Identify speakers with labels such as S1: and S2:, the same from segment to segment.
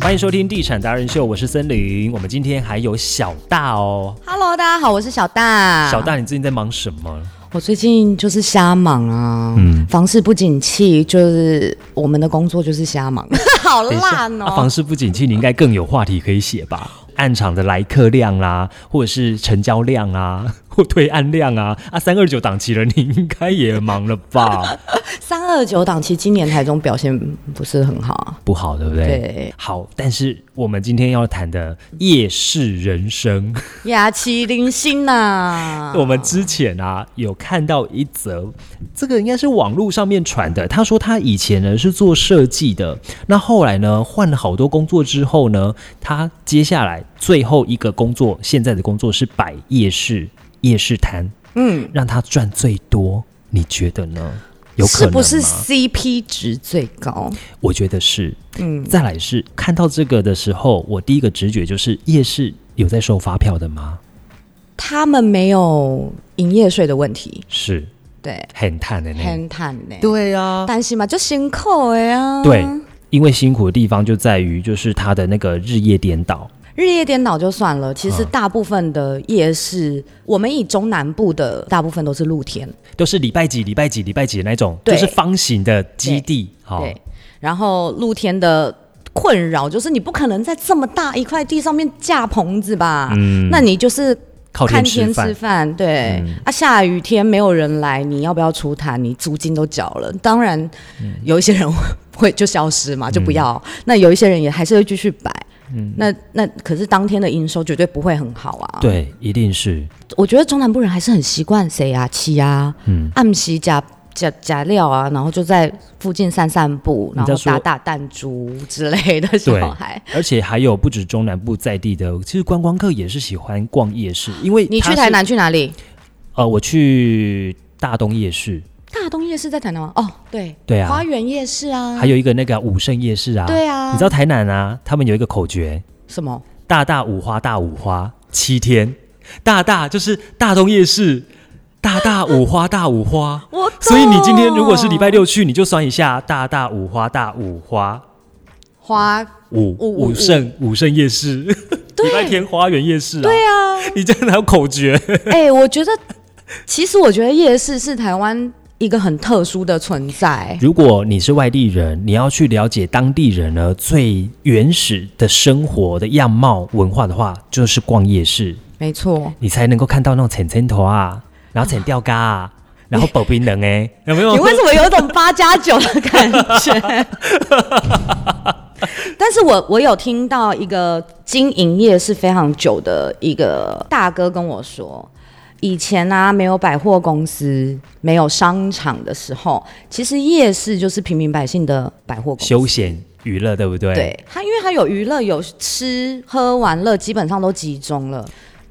S1: 欢迎收听《地产达人秀》，我是森林。我们今天还有小大哦，
S2: Hello，大家好，我是小大。
S1: 小，大，你最近在忙什么？
S2: 我最近就是瞎忙啊，
S1: 嗯
S2: 房市不景气，就是我们的工作就是 瞎忙，好
S1: 等一下，
S2: 烂哦、
S1: 啊房市不景气，你应该更有话题可以写吧？暗场的来客量啦，或者是成交量啊， 或推案量啊，啊，三二九档期了，你应该也忙了 吧？
S2: 三二九档期今年台中表现不是很好啊，
S1: 不好，对不对？
S2: 对，
S1: 好，但是我们今天要谈的夜市人生，
S2: 雅麒麟星呐、
S1: 我们之前啊有看到一则，这个应该是网络上面传的。他说他以前呢是做设计的，那后来呢换了好多工作之后呢，他接下来最后一个工作，现在的工作是摆夜市夜市摊，
S2: 嗯，
S1: 让他赚最多。你觉得呢？有可
S2: 是
S1: 能
S2: 不是
S1: 吗
S2: CP 值最高？
S1: 我觉得是。
S2: 嗯，
S1: 再来是看到这个的时候，我第一个直觉就是夜市有在收发票的吗？
S2: 他们没有营业税的问题，
S1: 是
S2: 对，
S1: 很探的那个。
S2: 很坦呢、
S1: 对啊，
S2: 担心嘛，就辛苦哎呀，
S1: 对，因为辛苦的地方就在于就是它的那个日夜颠倒，
S2: 日夜颠倒就算了，其实大部分的夜市，我们以中南部的大部分都是露天，
S1: 都是礼拜几礼拜几礼拜几的那种，就
S2: 对
S1: 是方形的基地，好、
S2: 对，然后露天的。困扰就是你不可能在这么大一块地上面架棚子吧？
S1: 嗯
S2: 那你就是
S1: 靠
S2: 看
S1: 天
S2: 天
S1: 吃
S2: 吃
S1: 饭。
S2: 饭，对、
S1: 嗯
S2: 啊，下雨天没有人来，你要不要出摊？你租金都缴了，当然、有一些人会就消失嘛，就不要。那有一些人也还是会继续摆，那那可是当天的营收绝对不会很好啊。
S1: 对，一定是，
S2: 我觉得中南部人还是很习惯谁啊、七啊、
S1: 嗯，
S2: 暗喜假假假料啊，然后就在附近散散步，
S1: 你
S2: 然
S1: 在
S2: 后
S1: 说
S2: 打打弹珠之类的小
S1: 对
S2: 孩。
S1: 而且还有不止中南部在地的，其实观光客也是喜欢逛夜市，因为
S2: 你
S1: 它
S2: 去
S1: 是
S2: 台，南去哪里？
S1: 呃，我去大东夜市，
S2: 大东夜市在台南吗？哦，对，
S1: 对啊
S2: 花园夜市啊，
S1: 还有一个那个武圣夜市啊，
S2: 对啊
S1: 你知道台南啊，他们有一个口诀，
S2: 什么？。
S1: 大大五花大五花七天，大大就是大东夜市，大大五花大五花
S2: 我懂
S1: 所以你今天如果是礼拜六去，你就算一下大大五花大五花
S2: 花，
S1: 五
S2: 五五
S1: 五圣五圣夜市，礼拜天花园夜市啊。
S2: 对啊，
S1: 你这样还有口诀？
S2: 哎、我觉得，其实我觉得夜市是台湾一个很特殊的存在。
S1: 如果你是外地人，你要去了解当地人呢最原始的生活的样貌文化的话，就是逛夜市。
S2: 没错，
S1: 你才能够看到那种浅浅头啊，然后浅吊嘎啊，然后薄冰人哎，有没有？
S2: 你为什么有一种八加九的感觉？ 但是我我有听到一个经营业是非常久的一个大哥跟我说，以前啊没有百货公司、没有商场的时候，其实夜市就是平民百姓的百货公司。
S1: 休闲娱乐，对不对？，
S2: 对它，因为它有娱乐、有吃喝玩乐，基本上都集中了。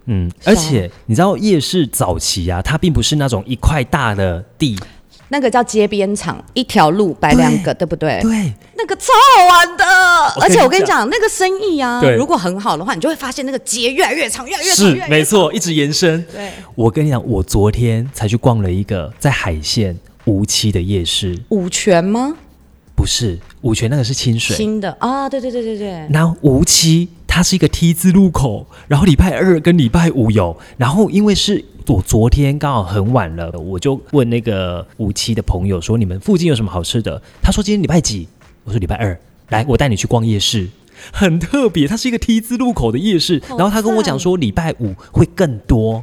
S1: 嗯，而且你知道夜市早期啊，它并不是那种一块大的地，
S2: 那个叫街边场，一条路摆两 个，对不对？
S1: 对，
S2: 那个超好玩的，
S1: 我跟你
S2: 而且我跟你讲，那个生意啊
S1: 对，
S2: 如果很好的话，你就会发现那个街越来越长，越来越长，
S1: 是
S2: 越来越
S1: 没错，一直延伸。
S2: 对，
S1: 我跟你讲，我昨天才去逛了一个在海线无期的夜市，
S2: 五泉吗？
S1: 不是五泉那个是清水，
S2: 新的啊，对对对对对，
S1: 然后无期它是一个 T 字路口，然后礼拜二跟礼拜五有，然后因为是我昨天刚好很晚了，我就问那个无期的朋友说你们附近有什么好吃的？他说今天礼拜几？我说礼拜二，来我带你去逛夜市。很特别，它是一个 T 字路口的夜市，
S2: 好
S1: 然后他跟我讲说礼拜五会更多，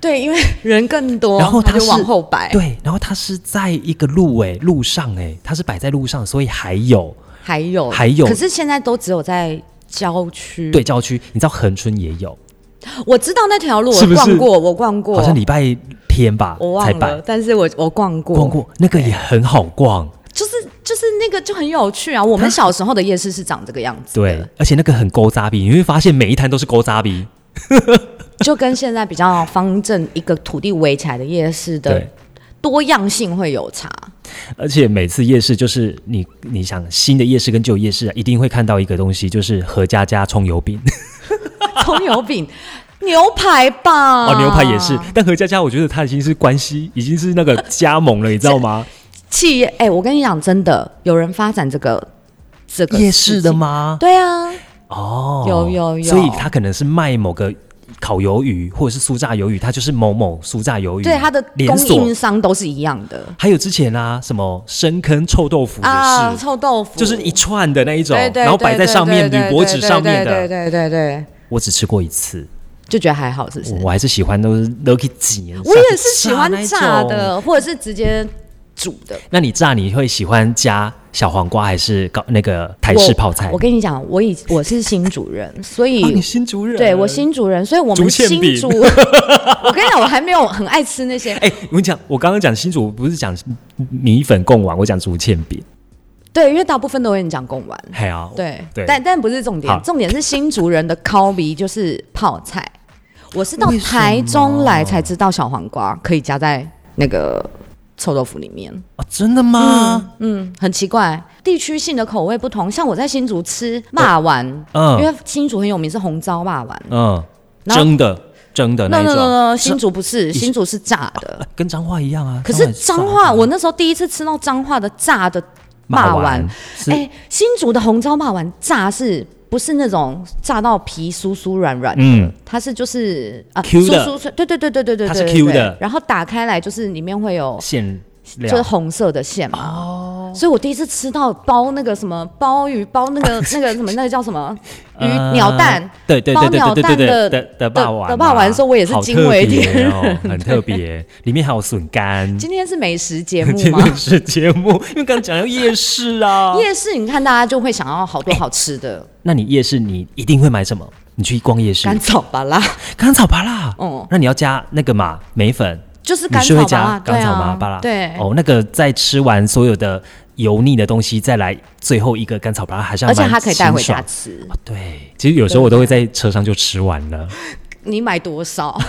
S2: 对，因为人更多，
S1: 然后
S2: 哦他
S1: 它
S2: 就是往后摆，
S1: 对，然后它是在一个路哎、路上哎、它是摆在路上，所以还有
S2: 还有
S1: 还有
S2: 可是现在都只有在郊区。
S1: 对，郊区，你知道恒春也有，
S2: 我知道那条路，
S1: 是不
S2: 我
S1: 是
S2: 逛过，我逛过，
S1: 好像礼拜天吧
S2: 我
S1: 才
S2: 忘
S1: 摆
S2: 了，，但是我我逛过，
S1: 逛过那个也很好逛，
S2: 就是就是那个就很有趣啊。我们小时候的夜市是长这个样子
S1: 对
S2: 的，，
S1: 而且那个很勾扎比，你会发现每一摊都是勾扎比，
S2: 就跟现在比较方正一个土地围起来的夜市的
S1: 对，
S2: 多样性会有差。
S1: 而且每次夜市就是你你想新的夜市跟旧夜市、啊、一定会看到一个东西，就是何家家葱油饼，
S2: 葱油饼、牛排吧，
S1: 哦牛排也是，但何家家我觉得它已经是关系，已经是那个加盟了，你知道吗？
S2: 企业。哎、我跟你讲，真的有人发展这个。这个
S1: 夜
S2: 事
S1: 市的
S2: 情？
S1: 吗？
S2: 对啊，
S1: 哦，
S2: 有有有
S1: 所以他可能是卖某个烤鱿鱼或者是酥炸鱿鱼，他就是某某酥炸鱿鱼，
S2: 对它的
S1: 连
S2: 供
S1: 锁
S2: 应。商都是一样的
S1: 还有之前啊，什么深坑臭豆腐也是，
S2: 啊，臭豆腐
S1: 就是一串的那一种
S2: 对，对
S1: 然后摆在
S2: 对
S1: 上面
S2: 对对
S1: 铝箔纸
S2: 对
S1: 上面
S2: 对
S1: 的。
S2: 对对对对，
S1: 我只吃过一次，
S2: 就觉得还好，是不是？
S1: 我还是喜欢都是 Lucky 几
S2: 我也是喜欢炸。的，或者是直接煮的。
S1: 那你炸你会喜欢加小黄瓜还是搞那个台式泡菜？
S2: 我我跟你讲，我以我是新主人，所以、
S1: 哦你新主人，
S2: 对我新主人，所以我
S1: 竹
S2: 们
S1: 签
S2: 新
S1: 饼
S2: 主，我跟你讲，我还没有很爱吃那些。
S1: 哎、我跟你讲，我刚刚讲新竹不是讲米粉贡丸，我讲竹签饼。
S2: 对，因为大部分都有人讲贡丸，
S1: 嘿啊，
S2: 对，
S1: 对
S2: 但但不是重
S1: 好
S2: 点，重点是新竹人的烤鼻就是泡菜。我是到
S1: 为什么
S2: 台中来才知道小黄瓜可以加在那个臭豆腐里面，
S1: 哦，真的吗？
S2: 嗯，很奇怪，地区性的口味不同。像我在新竹吃骂丸，
S1: 嗯
S2: 因为新竹很有名是红糟骂丸
S1: 嗯，
S2: 然后
S1: 蒸的蒸的那
S2: no
S1: 一
S2: no
S1: 种
S2: no no，
S1: 是
S2: 新竹不是，
S1: 是
S2: 新竹是炸的。
S1: 跟彰化一样啊。
S2: 可是
S1: 彰也
S2: 彰化，
S1: 炸的
S2: 我那时候第一次吃到彰化的炸的
S1: 骂
S2: 骂
S1: 完
S2: 丸，
S1: 是、
S2: 哎、新竹的红糟骂丸炸是不是那种炸到皮酥酥软软的？
S1: 嗯
S2: 它是就是啊，
S1: Q
S2: 酥
S1: 的
S2: 酥脆，对对对对对对，
S1: 它是
S2: 对
S1: Q
S2: 对对
S1: 的
S2: 然后打开来就是里面会有
S1: 馅料
S2: 就是红色的馅嘛。哦。所以我第一次吃到包那个什么鲍鱼，包那 个那个什么那个叫什么鱼
S1: 呃
S2: 鸟蛋，
S1: 对对对对对对对
S2: 包鸟
S1: 对
S2: 蛋的
S1: 的的霸王
S2: 的霸王的时候我也是惊为天人
S1: 哦，很特别，里面还有笋干。
S2: 今天是美食节目
S1: 今
S2: 吗？
S1: 天是节目，因为刚刚讲到夜市啊。
S2: 夜市你看大家就会想要好多好吃的，
S1: 那你夜市你一定会买什么？你去逛夜市，
S2: 甘草巴拉，
S1: 甘草巴拉。
S2: 嗯
S1: 那你要加那个嘛梅粉，
S2: 就是
S1: 你
S2: 甘
S1: 是
S2: 草
S1: 会
S2: 巴
S1: 加
S2: 拉，
S1: 甘
S2: 对
S1: 草
S2: 啊，
S1: 巴拉？
S2: 对，
S1: 哦，那个在吃完所有的油腻的东西，再来最后一个甘草巴拉，还是要
S2: 而且
S1: 蛮
S2: 它可以带回家
S1: 清爽
S2: 吃。
S1: 哦对，其实有时候我都会在车上就吃完了。
S2: 你买多少？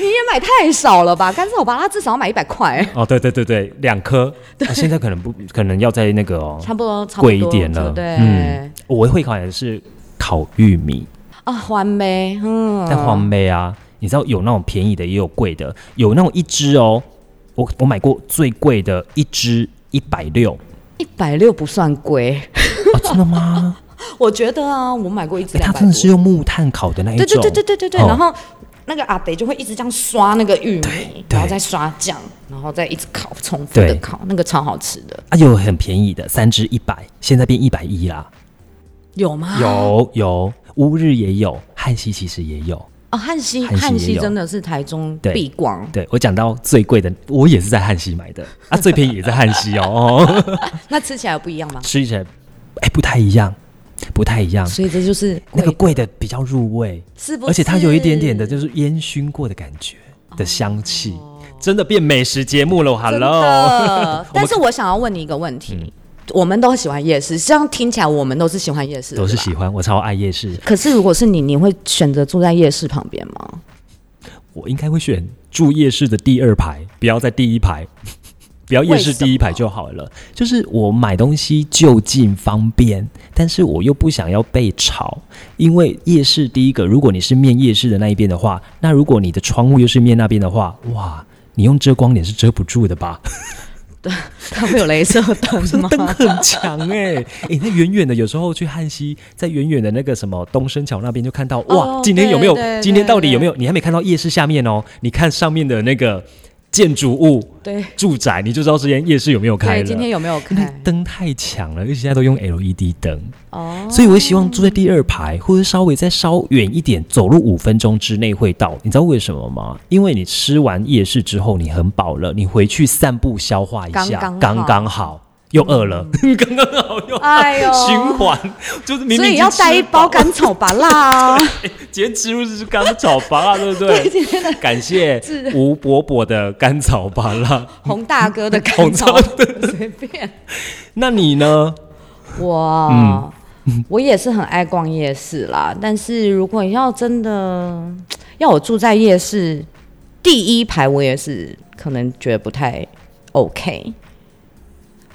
S2: 你也买太少了吧？甘草巴拉至少要买一百块，
S1: 哦，对对对对，两颗。啊现在可能不可能要在那个哦，
S2: 差不多，差不多
S1: 贵一点了。
S2: 对，
S1: 嗯，我会考的是烤玉米，
S2: 啊，欢梅，嗯，
S1: 但黄梅啊，你知道有那种便宜的，也有贵的，有那种一只哦，我我买过最贵的一只一百六。
S2: 一百六不算贵，
S1: 哦，真的吗？
S2: 我觉得啊，我买过一只
S1: 哎、它
S2: 两百
S1: 真的是
S2: 多，
S1: 用木炭烤的那一
S2: 对
S1: 种，
S2: 对对对对对对，
S1: 哦
S2: 然后。那个阿北就会一直这样刷那个玉米，
S1: 对
S2: 然后再刷酱，然后再一直烤，重复的
S1: 对
S2: 烤，那个超好吃的，
S1: 啊，有很便宜的，三只一百，现在变一百一啦。
S2: 有吗？
S1: 有有，乌日也有，汉西其实也有。
S2: 哦，汉西
S1: 汉西
S2: 汉
S1: 也
S2: 西
S1: 有
S2: 真的是台中
S1: 对
S2: 必逛，
S1: 对我讲到最贵的，我也是在汉西买的啊，最便宜也在汉西哦。哦，
S2: 那 吃起来有不一 样吗？
S1: 吃起来哎不太一样，不太一样。
S2: 所以这就是
S1: 那个
S2: 贵
S1: 贵的比较入味，
S2: 是不是？哦
S1: 而且它有一点点的就是烟熏过的感觉的香气，真的变美食节目了。
S2: 真
S1: Hello，嗯
S2: 的。但是我想要问你一个问题，我们都喜欢夜市，这样听起来我们都是喜欢夜市的，
S1: 都是
S2: 对吧
S1: 喜欢，我超爱夜市，
S2: 可是如果是你，你会选择住在夜市旁边 吗？
S1: 我应该会选住夜市的第二排，不要在第一排， 不要夜市第一排就好了。就是我买东西就近方便，但是我又不想要被吵，因为夜市第一个，如果你是面夜市的那一边的话，那如果你的窗户又是面那边的话，哇。你用遮光帘是遮不住的吧？
S2: 它会有镭射灯吗？
S1: 灯很强哎、 欸，哎、那远远的有时候去汉西，在远远的那个什么东升桥那边就看到，哇，
S2: 哦
S1: 今天有没有？
S2: 对对
S1: 今天到底
S2: 对
S1: 有没有？你还没看到夜市下面哦，你看上面的那个建筑物，
S2: 对
S1: 住宅，你就知道这间夜市有没有开
S2: 对，
S1: 了。
S2: 今天有没有
S1: 因为
S2: 开？
S1: 灯太强了，而且现在都用 LED 灯，
S2: 哦，
S1: 所以我会希望住在第二排，或者稍微再稍远一点，走路五分钟之内会到。你知道为什么吗？因为你吃完夜市之后，你很饱了，你回去散步消化一下，
S2: 刚刚好嗯
S1: 刚好又饿了， 刚刚好又饿
S2: 哎呦
S1: 循环，就是明明
S2: 所
S1: 已
S2: 以
S1: 经
S2: 要带一
S1: 吃饱
S2: 包甘草拔 辣啊！
S1: 今天吃入是甘草巴拉，对不 对？感谢
S2: 是
S1: 吴伯伯的甘草巴拉。
S2: 洪大哥的甘
S1: 洪
S2: 草
S1: 大哥，
S2: 随便。
S1: 那你呢？
S2: 哇，我也是很爱逛夜市啦，但是如果要真的要我住在夜市第一排，我也是可能觉得不太 OK。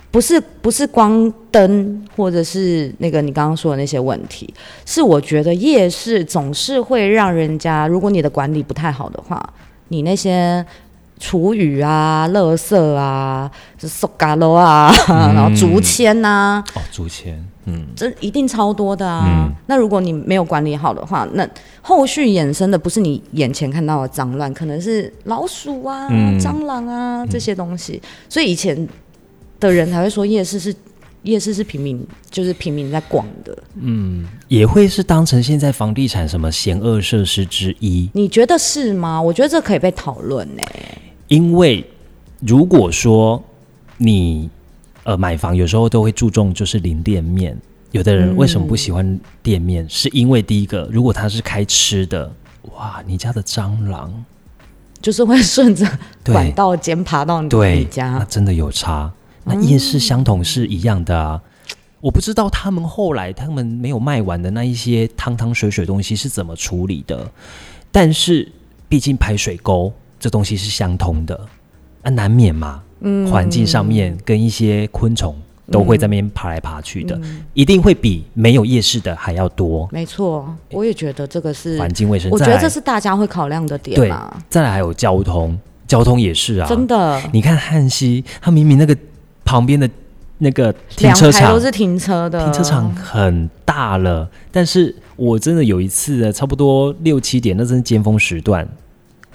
S2: 不是不是光灯，或者是那个你刚刚说的那些问题，是我觉得夜市总是会让人家，如果你的管理不太好的话，你那些厨余啊、垃圾啊、塑嘎楼啊，然后竹签呐、
S1: 哦，竹签，嗯，
S2: 这一定超多的啊。
S1: 嗯
S2: 那如果你没有管理好的话，那后续衍生的不是你眼前看到的脏乱，可能是老鼠啊、
S1: 嗯
S2: 蟑螂啊这些东西。所以以前的人才会说夜市是夜市是平民，就是平民在逛的。
S1: 也会是当成现在房地产什么险恶设施之一。
S2: 你觉得是吗？我觉得这可以被讨论欸呢。
S1: 因为如果说你呃买房，有时候都会注重就是零店面。有的人为什么不喜欢店面？是因为第一个，如果他是开吃的，哇，你家的蟑螂，
S2: 就是会顺着
S1: 对
S2: 管道间爬到你
S1: 对
S2: 你，
S1: 那
S2: 嗯家。嗯
S1: 真的有差。那夜市相同是一样的啊。我不知道他们后来他们没有卖完的那一些汤汤水水东西是怎么处理的，但是毕竟排水沟这东西是相通的，啊，难免嘛，嗯，环境上面跟一些昆虫都会在那边爬来爬去的，
S2: 嗯
S1: 一定会比没有夜市的还要多。
S2: 没错，我也觉得这个是，
S1: 环境卫生，
S2: 我觉
S1: 再
S2: 得
S1: 来
S2: 这是大家会考量的点
S1: 对
S2: 啦。，
S1: 再来还有交通，交通也是啊，
S2: 真的，
S1: 你看汉西，他明明那个旁边的那个停
S2: 两
S1: 车
S2: 排
S1: 场
S2: 都，是停车的，
S1: 停车场很大了，但是我真的有一次，差不多六七点，那真是尖峰时段，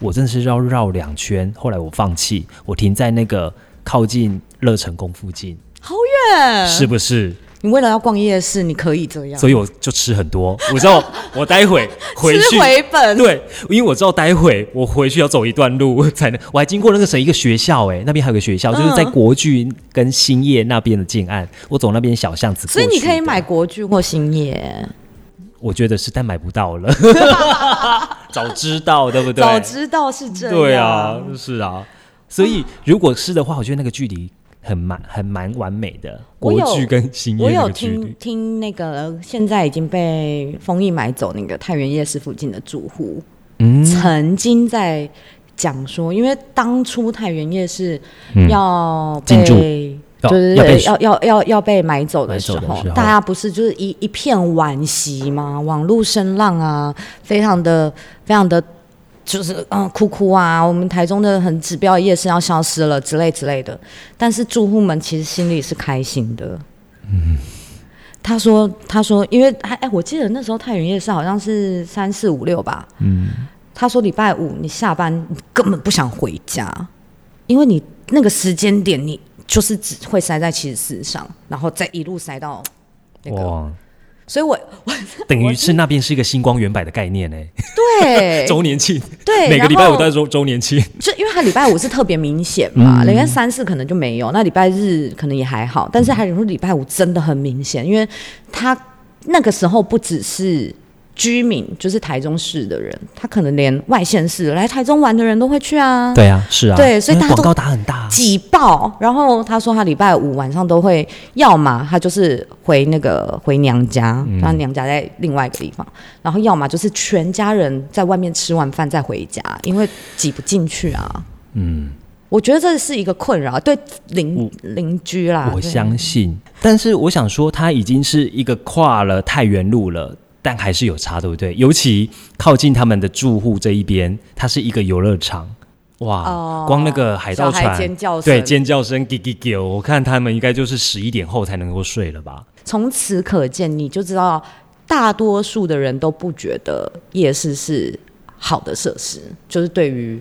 S1: 我真的是绕绕两圈，后来我放弃，我停在那个靠近乐成宫附近，
S2: 好远。
S1: 是不是？
S2: 你为了要逛夜市，你可以这样，
S1: 所以我就吃很多，我知道我待会回去
S2: 吃。回本。
S1: 对，因为我知道待会我回去要走一段路 才能，我还经过那个谁一个学校、欸，哎，那边还有个学校，就是在
S2: 嗯
S1: 国剧跟兴业那边的近岸，我走那边小巷子。
S2: 所以你可以买，国剧或星野，
S1: 我觉得是，但买不到 了，早知道对不对？
S2: 早知道是这样。
S1: 对啊，是啊，所以如果是的话，我觉得那个距离很蛮很蛮完美的，
S2: 我
S1: 国
S2: 有
S1: 剧跟兴
S2: 我
S1: 业那
S2: 有
S1: 个距
S2: 听
S1: 离。
S2: 听那个现在已经被丰益买走那个太原夜市附近的住户，
S1: 嗯
S2: 曾经在讲说，因为当初太原夜市
S1: 嗯
S2: 要
S1: 进驻
S2: 被。
S1: 要
S2: 就是
S1: 要被
S2: 要要要要被买走的
S1: 买
S2: 时
S1: 走的
S2: 候
S1: 时，候
S2: 大家不是就是一一片惋惜吗？网络声浪啊，非常的非常的，就是嗯哭哭啊，我们台中的很指标的夜市要消失了之类之类的。但是住户们其实心里是开心的。嗯，他说他说，因为哎哎，我记得那时候太原夜市好像是三四五六吧。嗯，他说礼拜五你下班你根本不想回家，因为你那个时间点你就是只会塞在七十四上，然后再一路塞到那个，
S1: 哇，
S2: 所以我我
S1: 等
S2: 我
S1: 于是那边是一个星光原版的概念呢、欸
S2: 对
S1: 周年庆，
S2: 对，
S1: 每个礼拜
S2: 然
S1: 五
S2: 后
S1: 都在周周年庆。
S2: 就因为他礼拜五是特别明显嘛，礼拜三四可能就没有，那礼拜日可能也还好，但是还有时候礼拜五真的很明显，因为他那个时候不只是居民，就是台中市的人，他可能连外县市来台中玩的人都会去啊，
S1: 对啊，是啊，
S2: 对所以
S1: 因为
S2: 大家
S1: 广
S2: 都
S1: 告打很大啊、
S2: 挤爆。然后他说他礼拜五晚上都会，要么他就是回那个回娘家，
S1: 嗯
S2: 他娘家在另外一个地方，然后要么就是全家人在外面吃完饭再回家，因为挤不进去啊。嗯，我觉得这是一个困扰，对邻邻居啦，
S1: 我
S2: 啊对
S1: 相信。但是我想说，它已经是一个跨了太原路了，但还是有差，对不对？尤其靠近他们的住户这一边，它是一个游乐场。哇，
S2: 哦
S1: 光那个海盗
S2: 小
S1: 船
S2: 孩尖叫声啊
S1: 对尖叫声，叽叽叽，我看他们应该就是十一点后才能够睡了吧？
S2: 从此可见，你就知道大多数的人都不觉得夜市是好的设施，就是对于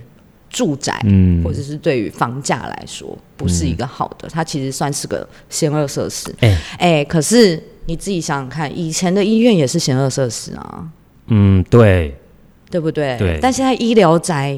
S2: 住宅，
S1: 嗯
S2: 或者是对于房价来说，不是一个好的，它其实算是个险恶设施。
S1: 哎、
S2: 哎、可是你自己想想看，以前的医院也是险恶设施啊，
S1: 嗯，对，
S2: 对不对？
S1: 对
S2: 但现在医疗宅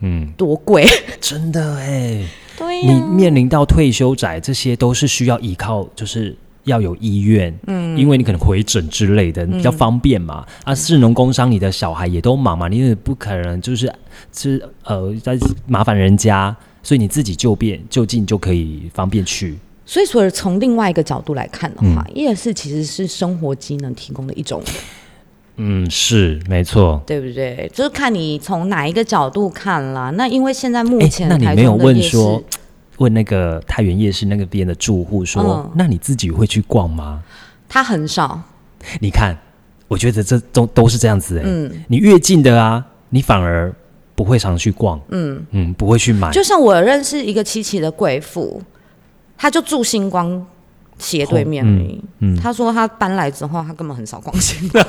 S1: 嗯，
S2: 多贵，
S1: 真的哎、
S2: 对
S1: 你面临到退休宅，这些都是需要依靠，就是要有医院，嗯，因为你可能回诊之类的比较方便嘛。啊，市农工商，你的小孩也都忙嘛，你也不可能就是是呃在麻烦人家，所以你自己就便就近就可以方便去。
S2: 所以，所以从另外一个角度来看的话，夜市其实是生活机能提供的一种
S1: 嗯，是没错。
S2: 对不对？就是看你从哪一个角度看啦。那因为现在目
S1: 哎，
S2: 前
S1: 那你
S2: 台
S1: 没有
S2: 中的
S1: 问
S2: 夜市，
S1: 说，问那个太原夜市那个边的住户说，
S2: 嗯
S1: 那你自己会去逛吗？
S2: 它很少，
S1: 你看，我觉得这都都是这样子哎、
S2: 嗯
S1: 你越近的啊，你反而不会常去逛，嗯嗯，不会去买，
S2: 就像我认识一个七期的贵妇，她就住星光斜对面
S1: 哦嗯
S2: 而已。他说他搬来之后，他根本很少 逛新光。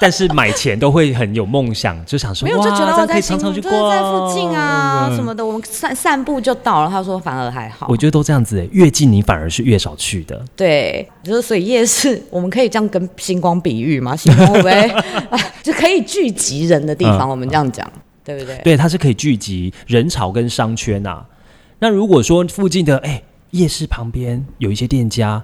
S1: 但是买前都会很有梦想，就想说
S2: 没有就觉得
S1: 哇这
S2: 我
S1: 样可
S2: 在
S1: 以
S2: 新
S1: 常常
S2: 竹
S1: 去
S2: 就是
S1: 逛，
S2: 在附近啊什
S1: 嗯。
S2: 么的，我们散散步就到了。他说反而还好
S1: 我，觉得都这样子、欸越近你反而是越少去的。
S2: 对，就是所以夜市我们可以这样跟星光比喻嘛，星光会不会 啊就可以聚集人的地
S1: 嗯
S2: 方？我们这样讲，对不对？
S1: 对，它是可以聚集人潮跟商圈啊。那如果说附近的哎夜市旁边有一些店家，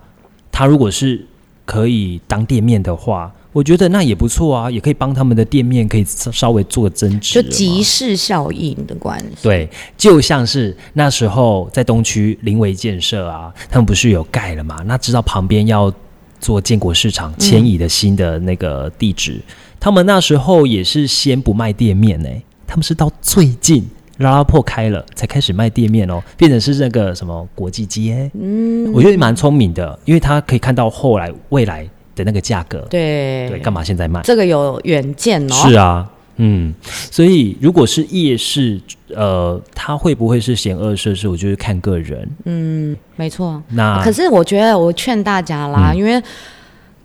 S1: 它如果是可以当店面的话，我觉得那也不错啊，也可以帮他们的店面可以稍稍微做个增值
S2: 就
S1: 了嘛，
S2: 集市效应的关系。
S1: 对，就像是那时候在东区临维建设啊，他们不是有盖了嘛？那知道旁边要做建国市场迁移的新的那个地址，他们那时候也是先不卖店面呢、他们是到最近。拉拉破开了，才开始卖店面哦，变成是那个什么国际街。嗯，我觉得蛮聪明的，因为他可以看到后来未来的那个价格。
S2: 对
S1: 对，干嘛现在卖？
S2: 这个有远见哦。
S1: 是啊，嗯，所以如果是夜市，呃，它会不会是险恶设施？我就是看个人。
S2: 没错。
S1: 那
S2: 嗯啊可是我觉得我劝大家啦，
S1: 嗯
S2: 因为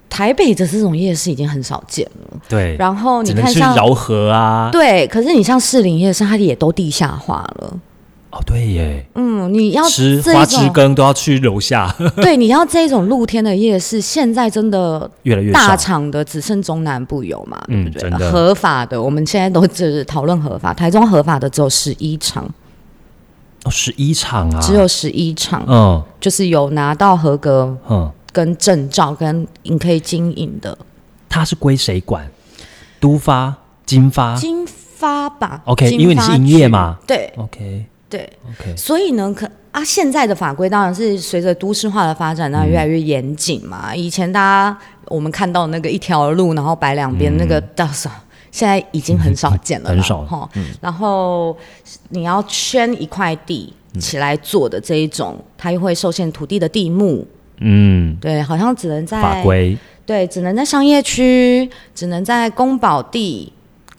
S2: 台北的这种夜市已经很少见了。
S1: 对，
S2: 然后你
S1: 只能
S2: 看
S1: 是
S2: 像
S1: 饶河啊。
S2: 对，可是你像士林夜市，它也都地下化了。
S1: 哦，对耶，
S2: 嗯，你要
S1: 吃
S2: 这
S1: 花
S2: 一
S1: 枝
S2: 种
S1: 羹都要去楼下，
S2: 对，你要这一种露天的夜市，现在真的
S1: 越来越
S2: 大
S1: 少。
S2: 厂的只剩中南部有嘛，
S1: 嗯
S2: 对不
S1: 真
S2: 对？
S1: 的
S2: 合法的，我们现在都只是讨论合法，台中合法的只有十一场，
S1: 哦，十一场啊，
S2: 只有十一场，
S1: 嗯
S2: 就是有拿到合格
S1: 嗯，
S2: 跟证照跟你可以经营的
S1: 它是归谁管？都发、金发
S2: 金发吧。
S1: 啊 OK，
S2: 金
S1: 因为你
S2: 发
S1: 是营业
S2: 局
S1: 嘛。
S2: 对
S1: ？OK
S2: 对，
S1: OK，
S2: 所以呢，可啊，现在的法规当然是随着都市化的发展，那越来越严谨嘛。
S1: 嗯
S2: 以前大家我们看到那个一条路，然后摆两边那个到时候。现在已经很少见了
S1: 嗯
S2: 啦，
S1: 很少嗯
S2: 哈。然后你要圈一块地
S1: 嗯
S2: 起来做的这一种，它又会受限土地的地目，
S1: 嗯，
S2: 对，好像只能在
S1: 法规
S2: 对，只能在商业区，只能在公保地，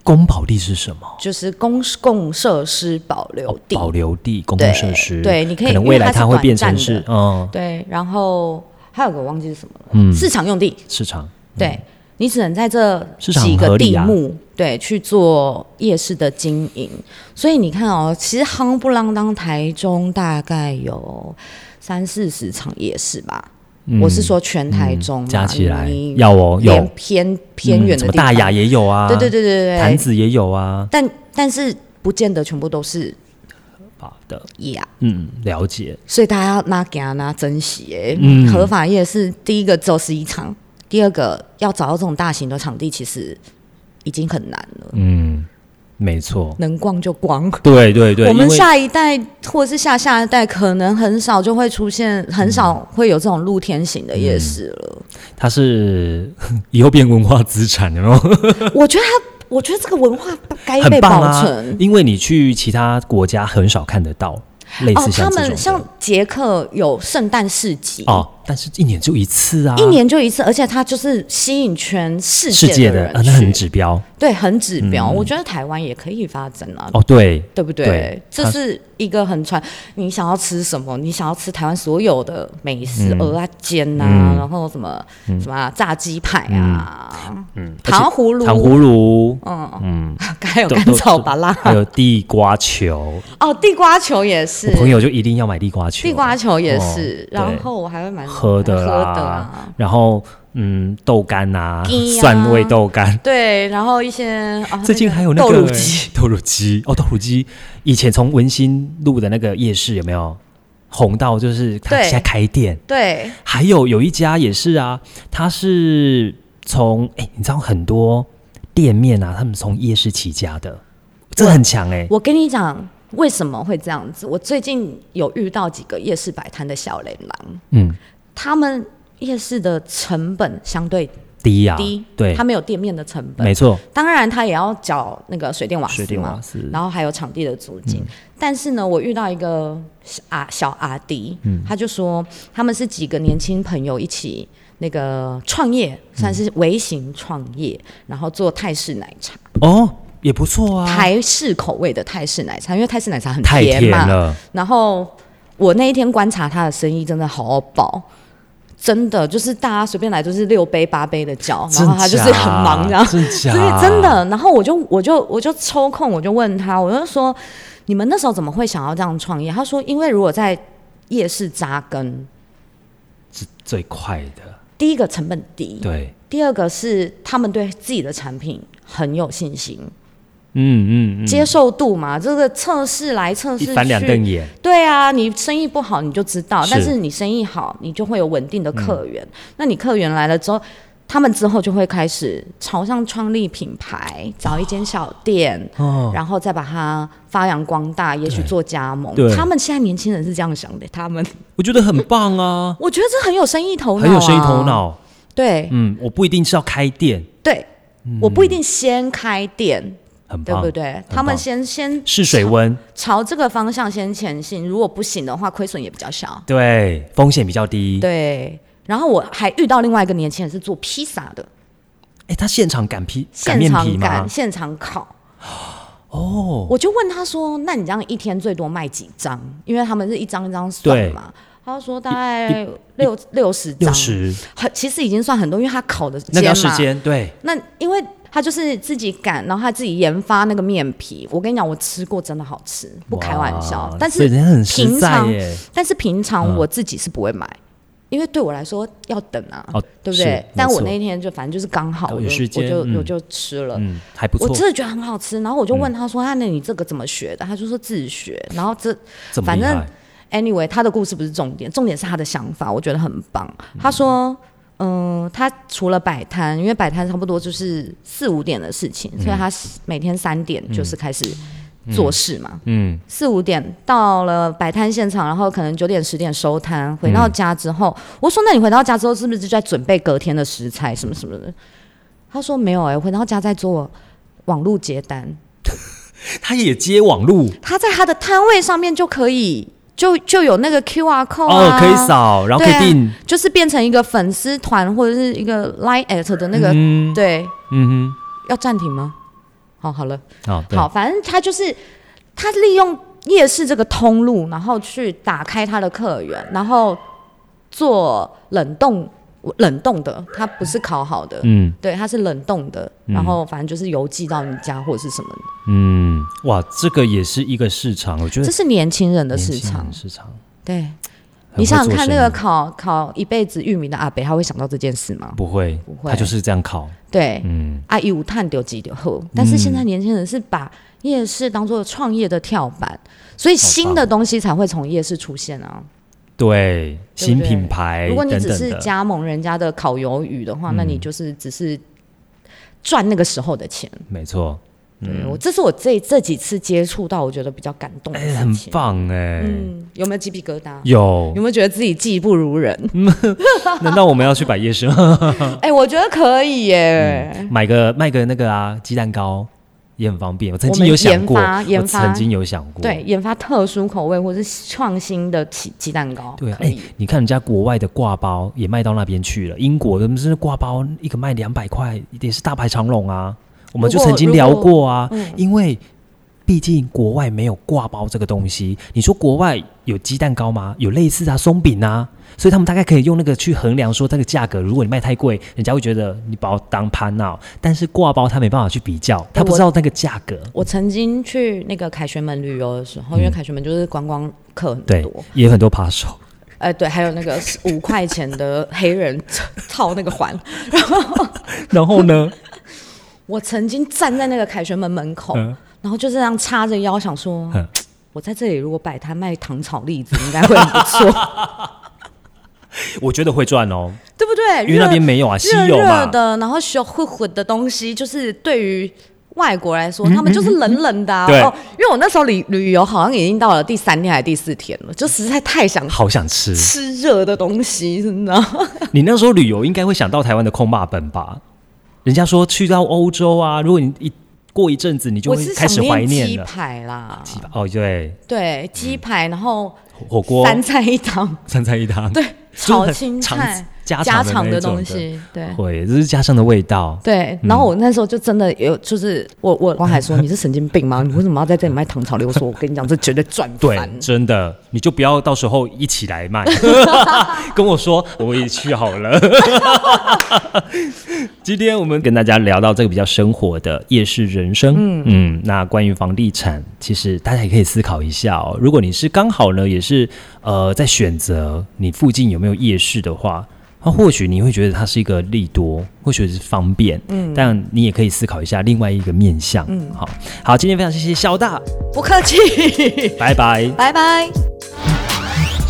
S1: 公保地是什么？
S2: 就是公共设施保留
S1: 哦
S2: 地，
S1: 保留地、公共
S2: 对
S1: 设施，
S2: 对你可以
S1: 能未
S2: 因为
S1: 来
S2: 它是
S1: 它会
S2: 短
S1: 变成
S2: 暂
S1: 是
S2: 的
S1: 嗯
S2: 对，然后还有个我忘记是什么了，
S1: 嗯
S2: 市场用地，
S1: 市场。
S2: 对你只能在这
S1: 市场
S2: 几
S1: 很合
S2: 个
S1: 理
S2: 地
S1: 啊
S2: 目、对去做夜市的经营，所以你看哦，其实夯不啷当台中大概有三四十场夜市吧。我是说全台中、嘛，
S1: 嗯加起来
S2: 啊你
S1: 要哦有
S2: 连偏偏
S1: 嗯
S2: 远的
S1: 什
S2: 地
S1: 么
S2: 方，
S1: 大雅也有啊，
S2: 对对对对对，
S1: 坛子也有啊，
S2: 但但是不见得全部都是
S1: 好的，
S2: 呀，
S1: 嗯，了解，
S2: 所以大家拿给他拿珍惜哎、嗯，合法夜市第一个只有十一场，第二个要找到这种大型的场地，其实已经很难了，
S1: 嗯，没错，
S2: 能逛就逛。
S1: 对对对，
S2: 我们
S1: 因为
S2: 下一代或者是下下一代，可能很少就会出现，很少会有这种露天型的夜市了。
S1: 它是 以后变文化资产，有没有？
S2: 我觉得它，我觉得这个文化该
S1: 很
S2: 被
S1: 棒嗯
S2: 保
S1: 啊
S2: 存。，
S1: 因为你去其他国家很少看得到类
S2: 哦
S1: 似，
S2: 他
S1: 像这
S2: 们
S1: 种
S2: 像
S1: 的
S2: 捷克有圣诞市集，
S1: 哦，但是一年就一次啊，
S2: 一年就一次，而且它就是吸引全世
S1: 世界
S2: 界
S1: 的
S2: 人
S1: 啊，那很
S2: 去
S1: 指标
S2: 对，很指标。我觉得台湾也可以发展啊，
S1: 哦，对，
S2: 对不对？
S1: 对
S2: 这
S1: 它
S2: 是一个很传，你想要吃什么？你想要吃台湾所有的美
S1: 嗯
S2: 食，鹅啊煎呐、啊，然后什么、什么、啊、炸鸡排啊，嗯，糖葫芦，哦
S1: 糖葫芦，
S2: 还有
S1: 都
S2: 干
S1: 都
S2: 燥
S1: 是
S2: 巴拉，
S1: 还有地瓜球，
S2: 哦，地瓜球也是
S1: 我，朋友就一定要买地瓜球，啊
S2: 地瓜球也
S1: 哦
S2: 是，
S1: 对
S2: 然后我还会买
S1: 喝的
S2: 喝
S1: 啦，
S2: 的啊。
S1: 然后嗯，豆干啊，
S2: 鸡啊
S1: 蒜味豆干。
S2: 对，然后一些啊，
S1: 最近还有那
S2: 豆
S1: 个
S2: 乳鸡，
S1: 豆乳鸡哦，豆乳鸡，以前从文心路的那个夜市有没有红到就是它
S2: 对
S1: 现在开店，
S2: 对，
S1: 还有有一家也是啊，它是从哎，你知道很多店面啊，他们从夜市起家的，这很强哎、
S2: 我跟你讲，为什么会这样子？我最近有遇到几个夜市摆摊的小雷狼，
S1: 嗯，
S2: 他们夜市的成本相对
S1: 低呀、啊
S2: 低，，
S1: 对
S2: 他，们有店面的成本
S1: 没，错，
S2: 当然他也要缴那个水电瓦斯
S1: 水电瓦
S2: 嘛，
S1: 斯嗯
S2: 然后还有场地的租金。但是呢，我遇到一个小阿小阿迪，
S1: 嗯
S2: 他就说他们是几个年轻朋友一起。那个创业算
S1: 嗯
S2: 是微型创业，然后做泰式奶茶，
S1: 哦，也不错啊，
S2: 台式口味的泰式奶茶，因为泰式奶茶很
S1: 太
S2: 甜
S1: 甜
S2: 嘛，
S1: 了，
S2: 然后我那一天观察他的生意真的好饱。真的就是大家随便来就是六杯八杯的叫，然后他就是很忙这样，
S1: 真假？
S2: 所以真的，然后我就我就我就抽空我就问他，我就说你们那时候怎么会想要这样创业？他说因为如果在夜市扎根，
S1: 是最快的，
S2: 第一个成本低，
S1: 对，
S2: 第二个是他们对自己的产品很有信心，
S1: 嗯嗯嗯，
S2: 接受度嘛，这个测试来测
S1: 一
S2: 试
S1: 翻两
S2: 去
S1: 瞪眼，
S2: 对啊，你生意不好你就知道，
S1: 是嗯
S2: 但是你生意好，你就会有稳定的客源。那你客源来了之后，他们之后就会开始朝向创立品牌，找一间小店，
S1: 哦，
S2: 然后再把它发扬光大，也许
S1: 对
S2: 做加盟
S1: 对。
S2: 他们现在年轻人是这样想的，他们
S1: 我觉得很棒啊，
S2: 我觉得这很有生意头脑、啊，
S1: 很有生意头。脑。
S2: 对、
S1: 嗯，我不一定是要开店，
S2: 对，我不一定先开店，
S1: 很
S2: 对
S1: 棒，
S2: 不对？他们先先
S1: 试水温，
S2: 朝这个方向先前进，如果不行的话，亏损也比较小。
S1: 对，风险比较低。，
S2: 对，然后我还遇到另外一个年轻人是做披萨的，
S1: 哎，他现场擀皮擀
S2: 现
S1: 面皮
S2: 场
S1: 吗
S2: 擀、？现场烤。
S1: 哦，
S2: 我就问他说：“那你这样一天最多卖几张？因为他们是一张一张算
S1: 对
S2: 嘛。”他说大概六六十张
S1: 六，十，
S2: 很其实已经算很多，因为他烤的
S1: 那个要
S2: 间
S1: 时
S2: 嘛。
S1: 间，对，
S2: 那因为他就是自己擀，然后他自己研发那个面皮。我跟你讲，我吃过，真的好吃，不开玩笑
S1: 哇。
S2: 但
S1: 所以
S2: 是
S1: 人家很实
S2: 平
S1: 在
S2: 常
S1: 耶，
S2: 但是平常
S1: 嗯
S2: 我自己是不会买，因为对我来说要等啊，
S1: 哦
S2: 对不
S1: 是
S2: 对
S1: 没？
S2: 但我
S1: 错
S2: 那一天就反正就是刚好，
S1: 有
S2: 我就
S1: 时间
S2: 我就、
S1: 嗯
S2: 我就吃了。
S1: 嗯，还不
S2: 呃我
S1: 错，嗯
S2: 真的觉得很好吃，然后我就问他说：“啊，那你这个怎么学的？”他就说自学。然后这
S1: 这么
S2: 反
S1: 厉
S2: 正
S1: 害，
S2: anyway，他的故事不是重点，重点是他的想法，我觉得很棒。他说，嗯、他除了摆摊，因为摆摊差不多就是四五点的事情，
S1: 嗯
S2: 所以他每天三点就是开始做事嘛。
S1: 嗯，
S2: 四五点到了摆摊现场，然后可能九点十点收摊，回
S1: 嗯
S2: 到家之后，我说：“那你回到家之后是不是就在准备隔天的食材什么什么的？”他说：“没有哎、回到家在做网络接单。”
S1: 他也接网路
S2: 他在他的摊位上面就可以，就就有那个 QR code 啊，
S1: 哦，可以扫，然后可
S2: 对啊
S1: 以定，
S2: 就是变成一个粉丝团或者是一个 Line at 的那个，
S1: 嗯
S2: 对，
S1: 嗯
S2: 要暂停吗？好，好了，
S1: 哼，好，对
S2: 好，，反正他就是他利用夜市这个通路，然后去打开他的客源，然后做冷冻冷冻的，它不是烤好的。
S1: 嗯
S2: 对，它是冷冻的，然后反正就是邮寄到你家或者是什么的，
S1: 嗯，哇，这个也是一个市场，我觉得
S2: 这是年轻人的
S1: 年
S2: 市
S1: 轻
S2: 场
S1: 人，市场，
S2: 对。
S1: 很会
S2: 你想想
S1: 做
S2: 看，
S1: 生
S2: 那个
S1: 意
S2: 烤烤一辈子玉米的阿伯，他会想到这件事吗？
S1: 不会，
S2: 不会
S1: 他就是这样考，
S2: 对，
S1: 嗯，
S2: 啊，有碳丢几丢后。但是现在年轻人是把夜市当做创业的跳板，所以新的东西才会从夜市出现啊。
S1: 对，
S2: 对
S1: 新品牌
S2: 如果你
S1: 等
S2: 只
S1: 等
S2: 是
S1: 的，
S2: 加盟人家的烤鱿鱼的话，
S1: 嗯
S2: 那你就是只是赚那个时候的钱。
S1: 没错，
S2: 对
S1: 嗯
S2: 我，这是我这这几次接触到我觉得比较感动的
S1: 哎，
S2: 事
S1: 很
S2: 情。
S1: 棒哎，
S2: 嗯，有没有鸡皮疙瘩？
S1: 有
S2: 有，没有觉得自己技不如人？
S1: 难道我们要去摆夜市吗？嗯
S2: 哎、我觉得可以耶。
S1: 买个卖个那个啊鸡蛋糕也很方便。我曾
S2: 我
S1: 经
S2: 们
S1: 有想过，
S2: 研发
S1: 我
S2: 研发
S1: 曾经有想过，
S2: 对，研发特殊口味或是创新的鸡鸡蛋糕，
S1: 对啊，
S2: 可
S1: 哎
S2: 以。，
S1: 你看人家国外的挂包也卖到那边去了，英国的不是挂包一个卖两百块，也是大排长龙啊。我们就
S2: 如果
S1: 曾经聊
S2: 如果
S1: 过啊，
S2: 嗯
S1: 因为毕竟国外没有挂包这个东西。你说国外有鸡蛋糕吗？有类似啊，松饼啊，所以他们大概可以用那个去衡量说这个价格。如果你卖太贵，人家会觉得你把我当潘闹。但是挂包他没办法去比较，他不知道那个价格。
S2: 我曾经去那个凯旋门旅游的时候，因为凯旋门就是观光客很
S1: 嗯对
S2: 多，，
S1: 也有很多扒手。
S2: 哎、对，还有那个五块钱的黑人套那 个环。
S1: 然后呢？
S2: 我曾经站在那个凯旋门门口，
S1: 嗯
S2: 然后就这样叉着腰想说
S1: 嗯，
S2: 我在这里如果摆摊卖糖炒栗子，应该会很不 错，
S1: 我觉得会赚哦，
S2: 对不对？
S1: 因为那边没有啊，稀
S2: 热热
S1: 有
S2: 热
S1: 嘛。
S2: 的，然后小混混的东西，就是对于外国来
S1: 嗯
S2: 说，他们就是冷冷的、啊。
S1: 对
S2: 哦，因为我那时候旅旅游好像已经到了第三天还是第四天了，就实在太想
S1: 好想吃！
S2: 吃热的东西，真的。
S1: 你那时候旅游应该会想到台湾的空霸本吧？人家说去到欧洲啊，如果你一过一阵子， 你就
S2: 我
S1: 会
S2: 是
S1: 开始
S2: 想
S1: 怀
S2: 念鸡
S1: 念了。
S2: 排啦，
S1: 鸡排哦，对，
S2: 对，鸡排，然后
S1: 火锅
S2: 三菜一汤，
S1: 三菜一汤，
S2: 对，
S1: 嗯就是
S2: 炒
S1: 很
S2: 青
S1: 常
S2: 菜，
S1: 家
S2: 家
S1: 常的那嗯
S2: 常的
S1: 种
S2: 东，西，对。
S1: 会，这是家乡的味道。
S2: 对，然后我那时候就真的有，就是我我光海说你是神经病吗？你为什么要在这里卖糖炒牛说我跟你讲，这绝对赚
S1: 对
S2: 翻，。
S1: 真的，你就不要到时候一起来 卖，跟我说我也去好了。 今天我们跟大家聊到这个比较生活的夜市人生，嗯那关于房地产，其实大家也可以思考一下哦。如果你是刚好呢，也是呃在选择你附近有没有夜市的话。那或许你会觉得它是一个利多，或许是方便，嗯，但你也可以思考一下另外一个面向，嗯，好，好，今天非常谢谢肖大，
S2: 不客气，
S1: 拜拜。
S2: 拜拜，